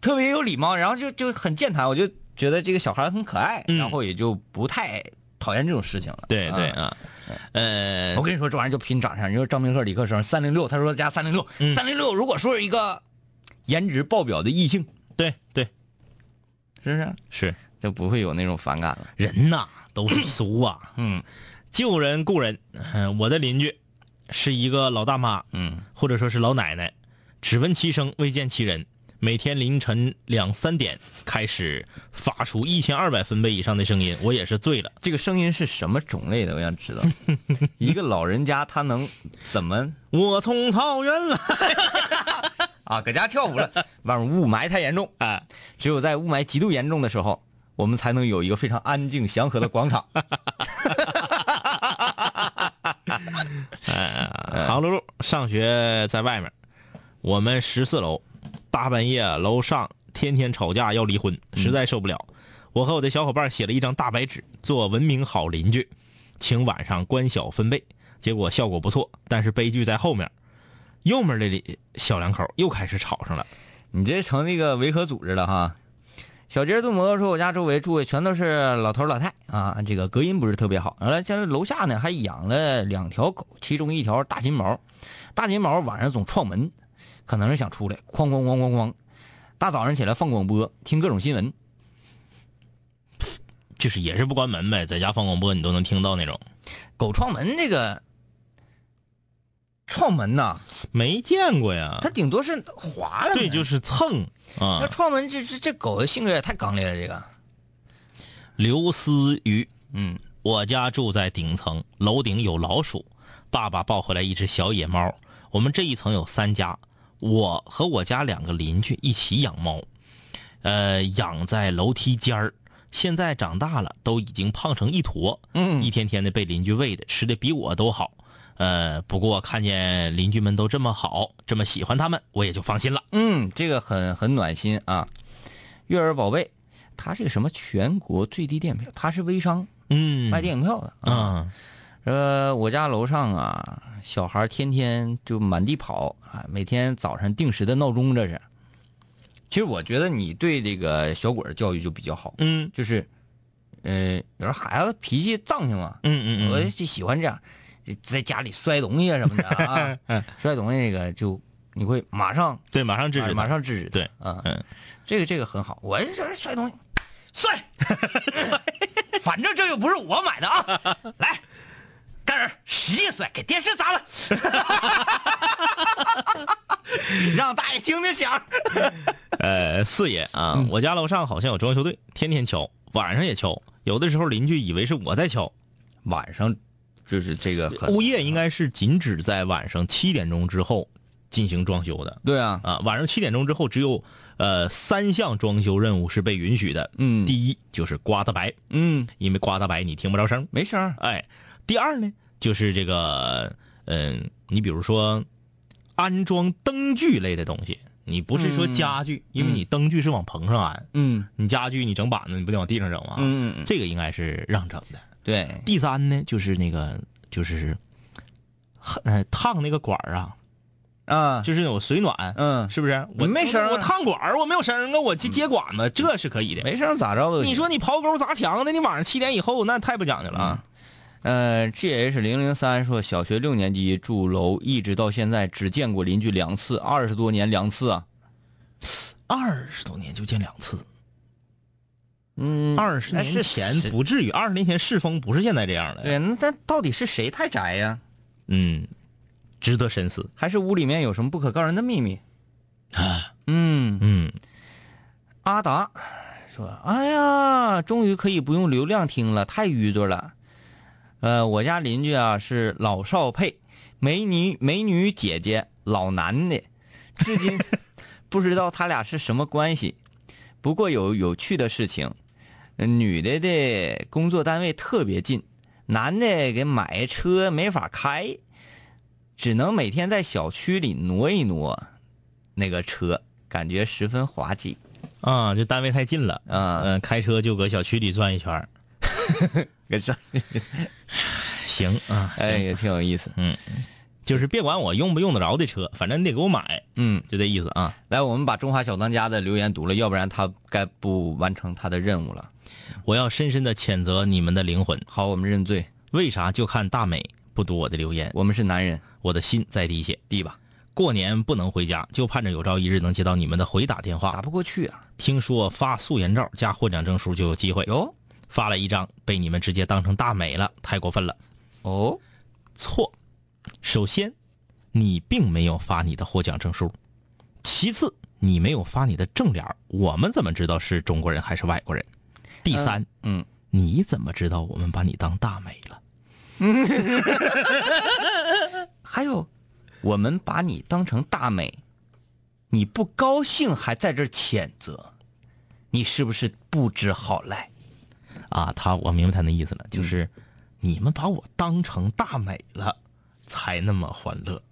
特别有礼貌，然后就就很健谈，我就觉得这个小孩很可爱，嗯然后也就不太讨厌这种事情了。对对啊啊，呃我，跟你说，这玩意儿就拼长相。你说张明赫、李克生三零六，他说加三零六，嗯三零六如果说是一个颜值爆表的异性，对对是不是是就不会有那种反感了？人呐都是俗啊，嗯救人顾人。嗯，我的邻居是一个老大妈，嗯，或者说是老奶奶，只闻其声未见其人。每天凌晨两三点开始发出一千二百分贝以上的声音，我也是醉了。这个声音是什么种类的？我想知道，一个老人家他能怎么我从草原来，啊？搁家跳舞了，外面雾霾太严重啊，只有在雾霾极度严重的时候，我们才能有一个非常安静祥和的广场。糖露露上学在外面，我们十四楼，大半夜楼上天天吵架要离婚，实在受不了。我和我的小伙伴写了一张大白纸，做文明好邻居，请晚上关小分贝。结果效果不错，但是悲剧在后面。右面的里小两口又开始吵上了。你这成那个维和组织了哈。小杰儿杜摩说：“我家周围住的全都是老头儿老太啊，这个隔音不是特别好。完了，现在楼下呢还养了两条狗，其中一条大金毛，大金毛晚上总撞门，可能是想出来，哐哐哐哐哐，大早上起来放广播，听各种新闻。就是也是不关门呗，在家放广播你都能听到那种。狗撞门这个撞门呐、没见过呀它，顶多是划了门，对，就是蹭那啊。撞门这这这狗的性格也太刚烈了，这个刘思雨，嗯，我家住在顶层，楼顶有老鼠，爸爸抱回来一只小野猫。我们这一层有三家，我和我家两个邻居一起养猫，呃，养在楼梯间儿。现在长大了，都已经胖成一坨，嗯一天天的被邻居喂的，吃的比我都好。呃，不过看见邻居们都这么好，这么喜欢他们，我也就放心了。嗯，这个很很暖心啊。月儿宝贝，他是个什么全国最低电票？他是微商嗯，卖电影票的啊。啊，呃，我家楼上啊，小孩天天就满地跑啊，每天早晨定时的闹钟这是。其实我觉得你对这个小鬼儿教育就比较好，嗯就是，呃，有时候孩子脾气藏性嘛，嗯嗯我嗯，就喜欢这样，就在家里摔东西啊什么的啊， 摔东西那个就你会马上对，哎马上制止啊他，马上制止他。对啊，嗯，这个这个很好，我这这摔东西，摔， 反正这又不是我买的啊，来，干人使劲摔，给电视砸了， 让大爷听听响。呃，四爷啊，我家楼上好像有装修队，天天敲，晚上也敲，有的时候邻居以为是我在敲。晚上就是这个很物业应该是禁止在晚上七点钟之后进行装修的对啊，啊，晚上七点钟之后只有呃三项装修任务是被允许的。嗯第一就是刮大白，嗯，因为刮大白你听不着声儿。没声儿，哎，第二呢就是这个嗯、你比如说安装灯具类的东西，你不是说嗯家具，因为你灯具是往棚上安。嗯你家具你整板子，你不得往地上整吗？嗯嗯，这个应该是让整的。对，第三呢，就是那个就是，呃，烫那个管儿啊，啊，就是有水暖，嗯，是不是？我没声儿啊嗯我烫管儿，我没有声儿啊，我去接管子，这是可以的。没声儿咋着都行你说你刨沟砸墙的，你晚上七点以后那太不讲究了啊。。呃，G H 零零三说，小学六年级住楼，一直到现在只见过邻居两次，二十多年两次啊。二十多年就见两次，嗯哎二十年前不至于，二十年前世风不是现在这样的。对，那但到底是谁太宅呀？嗯，值得深思。还是屋里面有什么不可告人的秘密？啊，嗯，嗯，阿达说：“哎呀，终于可以不用流量听了，太愚钝了。呃，我家邻居啊是老少配，美女美女姐姐，老男的，至今不知道他俩是什么关系。不过有有趣的事情，呃女的的工作单位特别近，男的给买车没法开，只能每天在小区里挪一挪那个车，感觉十分滑稽。啊、啊，这单位太近了，嗯、啊，开车就搁小区里转一圈儿跟上，行啊，哎，也挺有意思。就是别管我用不用得着的车，反正你得给我买，嗯，就这意思啊。来，我们把中华小当家的留言读了，要不然他该不完成他的任务了。我要深深的谴责你们的灵魂，好，我们认罪，为啥就看大美不读我的留言？我们是男人，我的心在滴血。地吧，过年不能回家，就盼着有朝一日能接到你们的回打电打话。不过去啊。听说发素颜照加获奖证书就有机会，哟，发了一张，被你们直接当成大美了，太过分了。哦，错。首先，你并没有发你的获奖证书；其次，你没有发你的正脸儿，我们怎么知道是中国人还是外国人？第三，嗯，你怎么知道我们把你当大美了？还有，我们把你当成大美，你不高兴还在这儿谴责，你是不是不知好赖？啊，他我明白他那意思嗯了，就是你们把我当成大美了，才那么欢乐，啊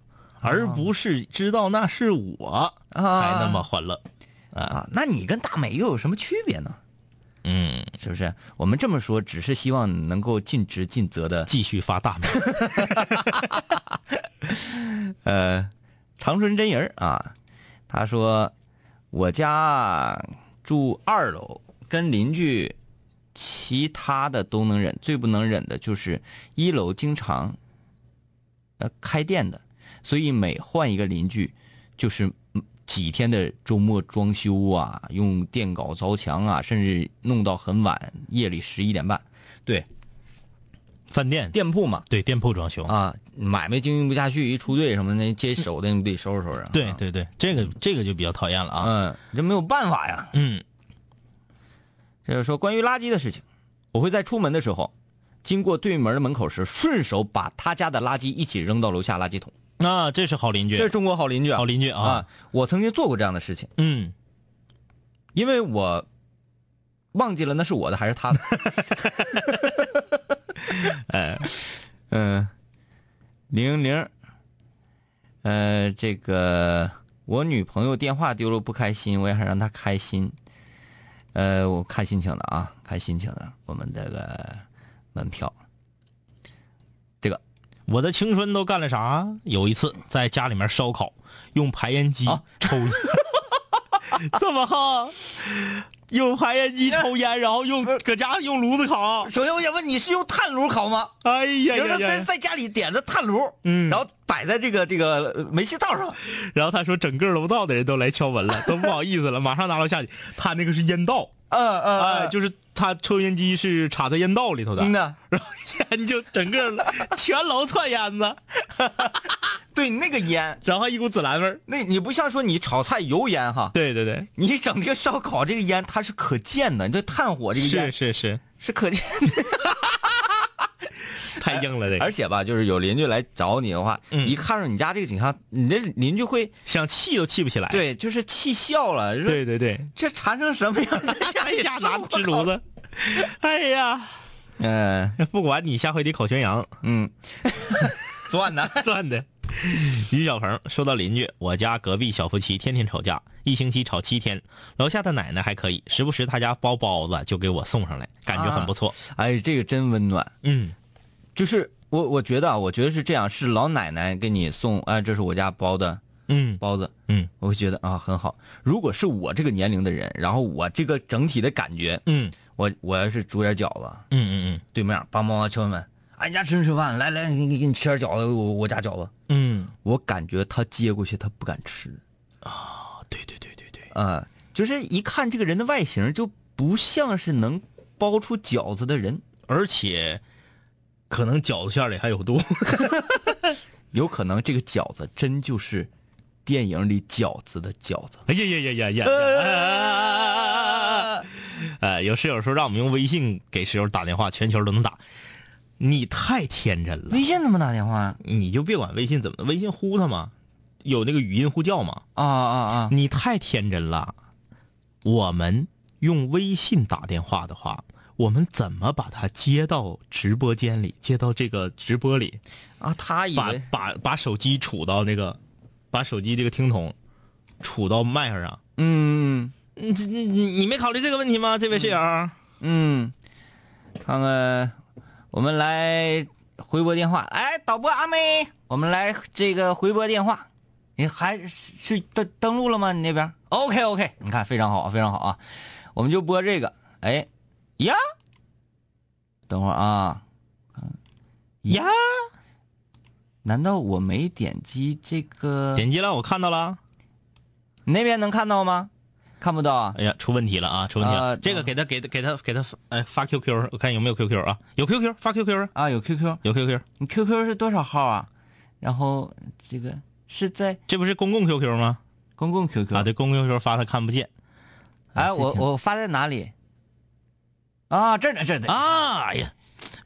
而不是知道那是我才那么欢乐。啊，那你跟大美又有什么区别呢？嗯，是不是？我们这么说，只是希望你能够尽职尽责的。继续 发大美。呃，长春真人儿啊，他说我家住二楼，跟邻居其他的都能忍，最不能忍的就是一楼经常呃开店的，所以每换一个邻居，就是嗯几天的周末装修啊，用电镐凿墙啊，甚至弄到很晚，夜里十一点半。对，饭店店铺嘛，对店铺装修啊，买卖经营不下去，一出队什么的，接手的你得收拾收拾啊。对对对，这个这个就比较讨厌了啊。嗯，这没有办法呀。嗯，这就是说关于垃圾的事情，我会在出门的时候，经过对门的门口时，顺手把他家的垃圾一起扔到楼下垃圾桶。那、这是好邻居，这是中国好邻居啊！好邻居啊。啊！我曾经做过这样的事情，嗯，因为我忘记了那是我的还是 他的。哎，嗯，零零，呃，这个我女朋友电话丢了不开心，我也想让她开心。呃，我看心情的啊，看心情的。我们这个门票，这个我的青春都干了啥？有一次在家里面烧烤，用排烟机啊抽 烟，这么哈？用排烟机抽烟，然后用搁家用炉子烤。首先我想问你是用炭炉烤吗？哎呀有呀人在 呀！在家里点的炭炉，嗯然后摆在这个这个呃煤气灶上，然后他说，整个楼道的人都来敲门了，都不好意思了，马上拿楼下去。他那个是烟道，嗯哎、嗯，就是他抽烟机是插在烟道里头的，嗯呐，然后烟就整个了全楼窜烟子， 对那个烟，然后一股孜然味儿。那你不像说你炒菜油烟哈，对对对，你整这个烧烤这个烟它是可见的，你这炭火这个是烟是是，是可见，太硬了这 个，而且吧，就是有邻居来找你的话，嗯一看着你家这个景象，你这邻居会想气都气不起来。对，就是气笑了，说对对对，这馋成什么样，在家 一里下烧哎拿支炉子， 哎呀，嗯不管你，下回得烤全羊， 嗯，钻呢，赚的。于小鹏说到邻居，我家隔壁小夫妻天天吵架，一星期吵七天。楼下的奶奶还可以，时不时她家包包子就给我送上来，感觉很不错。哎，这个真温暖。嗯就是我我觉得啊，我觉得是这样，是老奶奶给你送，哎，这是我家包的嗯包子，嗯我会觉得啊很好。如果是我这个年龄的人，然后我这个整体的感觉，嗯我我要是煮点饺子，嗯嗯对面梆梆梆敲门，哎，你家吃没吃饭？来来，给你给你吃点饺子，我我家饺子。嗯我感觉他接过去，他不敢吃嗯，对对对对对，啊、就是一看这个人的外形就不像是能包出饺子的人，而且可能饺子馅儿里还 有毒。有可能这个饺子真就是电影里饺子的饺子。哎呀呀呀呀呀！呃，有室友说让我们用微信给室友打电话，全球都能打。你太天真了，微信怎么打电话呀？你就别管微信怎么，微信呼他嘛，有那个语音呼叫嘛。啊啊啊！你太天真了。我们用微信打电话的话，我们怎么把它接到直播间里，接到这个直播里？啊，他以把为把把手机杵到那个，把手机这个听筒杵到麦上啊，嗯，你这你你没考虑这个问题吗？这位室友，嗯，看看，我们来回拨电话。哎，导播阿妹，我们来这个回拨电话。你还是是登登录了吗？你那边？OK OK，你看非常好，非常好啊。我们就播这个。哎，呀，等会儿啊，嗯，呀，难道我没点击这个？点击了，我看到了。你那边能看到吗？看不到啊。哎呀，出问题了啊，出问题了。啊这个给他给他给他给他哎发 QQ，我看有没有 QQ 啊？有 QQ 发 QQ 啊，啊，有 QQ，有 QQ，你 QQ 是多少号啊？然后这个是在这不是公共 QQ 吗？公共 QQ 啊，对，啊公共 QQ 发他看不见哎，自己我听我发在哪里？啊，这儿呢，这儿呢，啊。哎呀，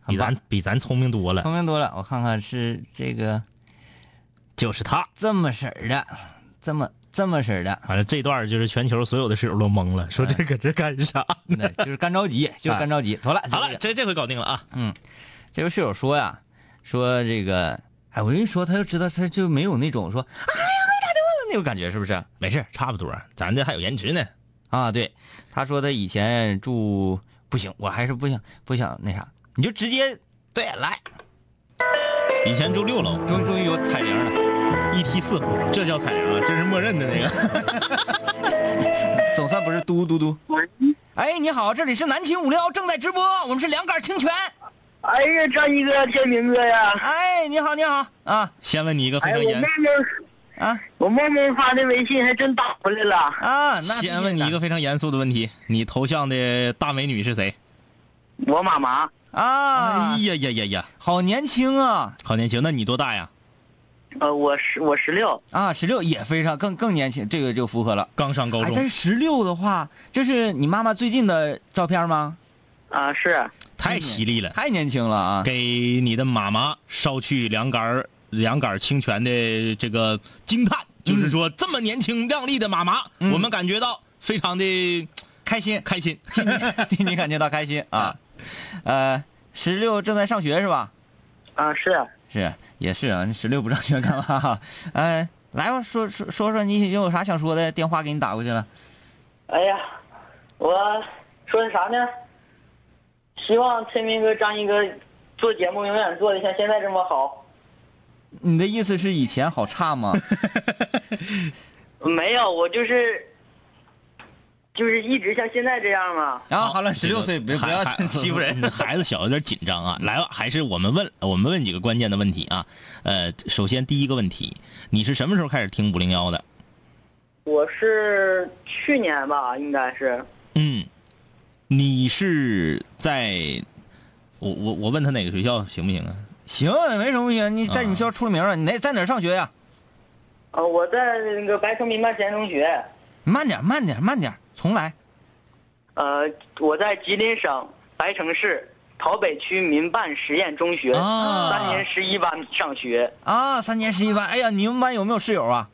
很比棒咱比咱聪明多了，聪明多了。我看看是这个就是他。这么式儿的，这么这么式儿的，反正这段就是全球所有的室友都懵了，说这搁这干啥？那就是干着急，就是干 着急。妥了，啊就好了，这个这这回搞定了啊。这位室友说呀，说这个，哎，我跟你说，他就知道，他就没有那种说，哎呀，那种感觉，是不是？没事，差不多，咱这还有延迟呢。啊，对，他说他以前住不行，我还是不想不想那啥，你就直接对来，以前住六楼，终于终于有彩铃了，一梯四户，这叫彩铃啊，这是默认的那 个。总算不是嘟嘟嘟。哎，你好，这里是南秦五零幺正在直播，我们是两杆清泉。哎呀，张一哥、天明哥呀！哎，你好，你好啊先问你一个非哎，常我严妹，妹，啊我妹妹发的微信还真打回来了。啊！那先问你一个非常严肃的问题，你头像的大美女是谁？我妈妈，啊哎，呀呀呀呀，好年轻啊好年轻！那你多大呀？呃，我十我十六，啊，十六也非常更更年轻，这个就符合了。刚上高哎，中。但是十六的话，这是你妈妈最近的照片吗？啊，是太犀利了，太年轻了啊！给你的妈妈捎去两杆儿两杆儿清泉的这个惊叹，就是说这么年轻靓丽的妈妈，嗯我们感觉到非常的开心，开心。 替你感觉到开心啊。呃，十六正在上学是吧？啊，是是，也是啊，十六不上学干嘛？ 呃，来吧，说说说说你有啥想说的，电话给你打过去了。哎呀，我说的啥呢？希望天明哥、张一哥做节目永远做的像现在这么好。你的意思是以前好差 吗？没有，我就是就是一直像现在这样嘛。啊，好了，十六岁这别个不要孩孩欺负人 孩子小有点紧张啊。来吧，还是我们问我们问几个关键的问题啊。呃，首先第一个问题，你是什么时候开始听五零幺的？我是去年吧，应该是嗯，你是在我我我问他哪个学校行不行啊？ 行，没什么不行。你在你们学校出了名了，你哪在哪儿上学呀？呃，我在那个白城民办实验中学，你慢点，慢点，慢点，重来。呃，我在吉林省白城市桃北区民办实验中学、啊三年十一班上学。啊，三年十一班。哎呀，你们班有没有室友啊？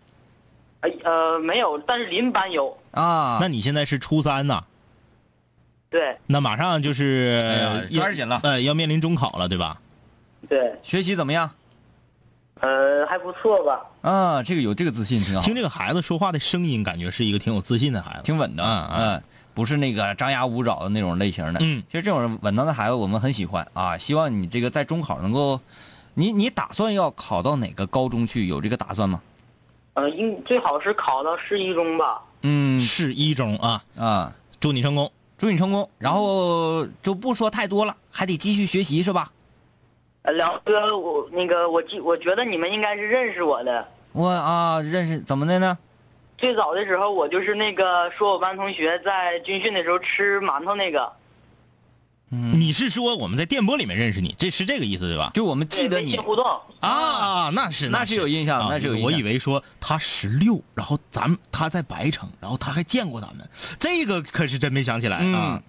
呃呃，没有，但是邻班有。啊，那你现在是初三呐、对那马上就是、哎呀要抓紧了呃，要面临中考了，对吧？对，学习怎么样？呃，还不错吧。啊，这个有这个自信挺好听，这个孩子说话的声音，感觉是一个挺有自信的孩子。挺稳的。嗯嗯嗯，不是那个张牙舞爪的那种类型的。嗯其实这种稳当的孩子我们很喜欢啊。希望你这个在中考能够，你你打算要考到哪个高中去？有这个打算吗？呃，应最好是考到市一中吧。嗯市一中啊，啊，祝你成功。祝你成功。然后就不说太多了，还得继续学习是吧？呃，梁哥，我那个我记，我觉得你们应该是认识我的。我啊，认识怎么的呢？最早的时候，我就是那个说我班同学在军训的时候吃馒头那个，嗯你是说我们在电波里面认识你，这是这个意思对吧？就我们记得对微你信互动。啊，那是那是有印象啊那是有印象我以为说他十六，然后咱们他在白城，然后他还见过咱们，这个可是真没想起来嗯啊。，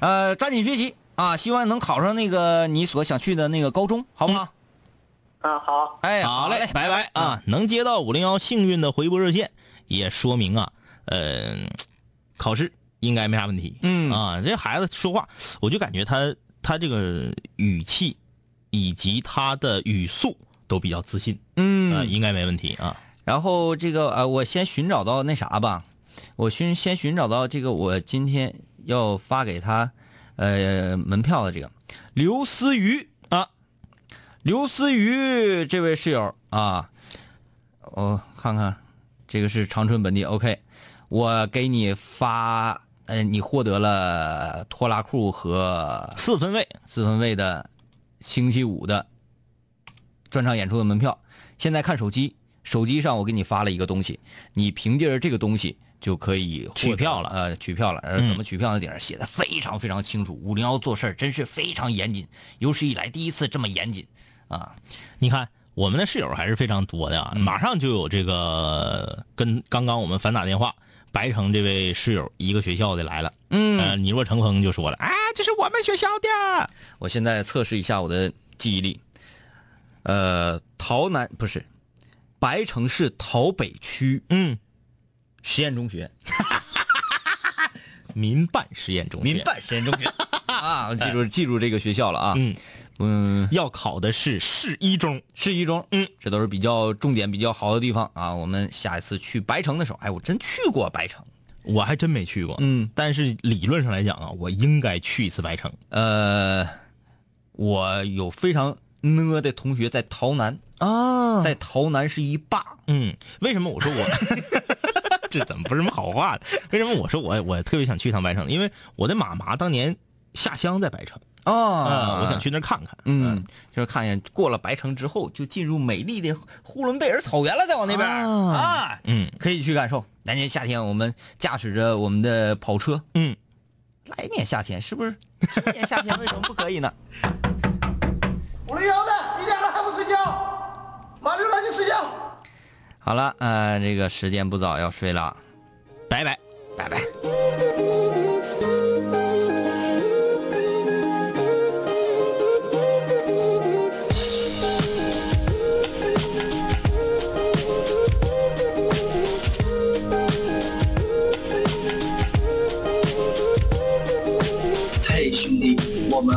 呃，抓紧学习啊，希望能考上那个你所想去的那个高中，好不好？嗯，好。哎，好嘞，拜拜拜啊！能接到五零幺幸运的回拨热线，也说明啊，呃，考试应该没啥问题。嗯啊，这孩子说话，我就感觉他他这个语气以及他的语速都比较自信，啊嗯，应该没问题啊。然后这个呃，我先寻找到那啥吧，我寻先寻找到这个我今天要发给他呃门票的这个刘思瑜啊，刘思瑜这位室友啊，我、看看这个是长春本地 OK，我给你发。呃，你获得了拖拉裤和四分卫四分卫的星期五的专场演出的门票。现在看手机，手机上我给你发了一个东西，你凭借着这个东西就可以获得取票了嗯呃，取票了。呃，怎么取票呢？顶上写的非常非常清楚。五零幺做事儿真是非常严谨，有史以来第一次这么严谨啊！你看，我们的室友还是非常多的啊，嗯马上就有这个跟刚刚我们反打电话白城这位室友一个学校的来了，嗯，呃、你若成风就说了，啊，这是我们学校的，我现在测试一下我的记忆力。呃，桃南不是白城市桃北区嗯，实验中学，民办实验中学，民办实验中 学啊！我记住记住这个学校了啊。嗯嗯，要考的是市一中，市一中，嗯，这都是比较重点、比较好的地方啊。我们下一次去白城的时候，哎，我真去过白城。我还真没去过，嗯，但是理论上来讲啊，我应该去一次白城呃，我有非常呢的同学在桃南，啊在桃南是一霸。嗯，为什么我说我？ 这怎么不是什么好话呢？为什么我说我我特别想去趟白城？因为我的妈妈当年下乡在白城呃啊、我想。去那儿看看。嗯，就是看见过了白城之后，就进入美丽的呼伦贝尔草原了，再往那边啊啊，嗯可以去感受。来年夏天，我们驾驶着我们的跑车，嗯，来年夏天是不 是？今年夏天为什么不可以呢？五零幺的几点了还不睡觉？马上赶紧睡觉。好了，呃，这个时间不早，要睡了，拜拜。拜拜。嘿，兄弟，我们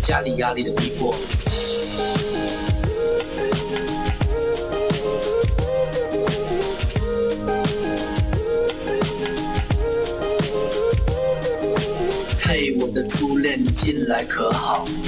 家里压力的逼迫。嘿，我的初恋，你近来可好？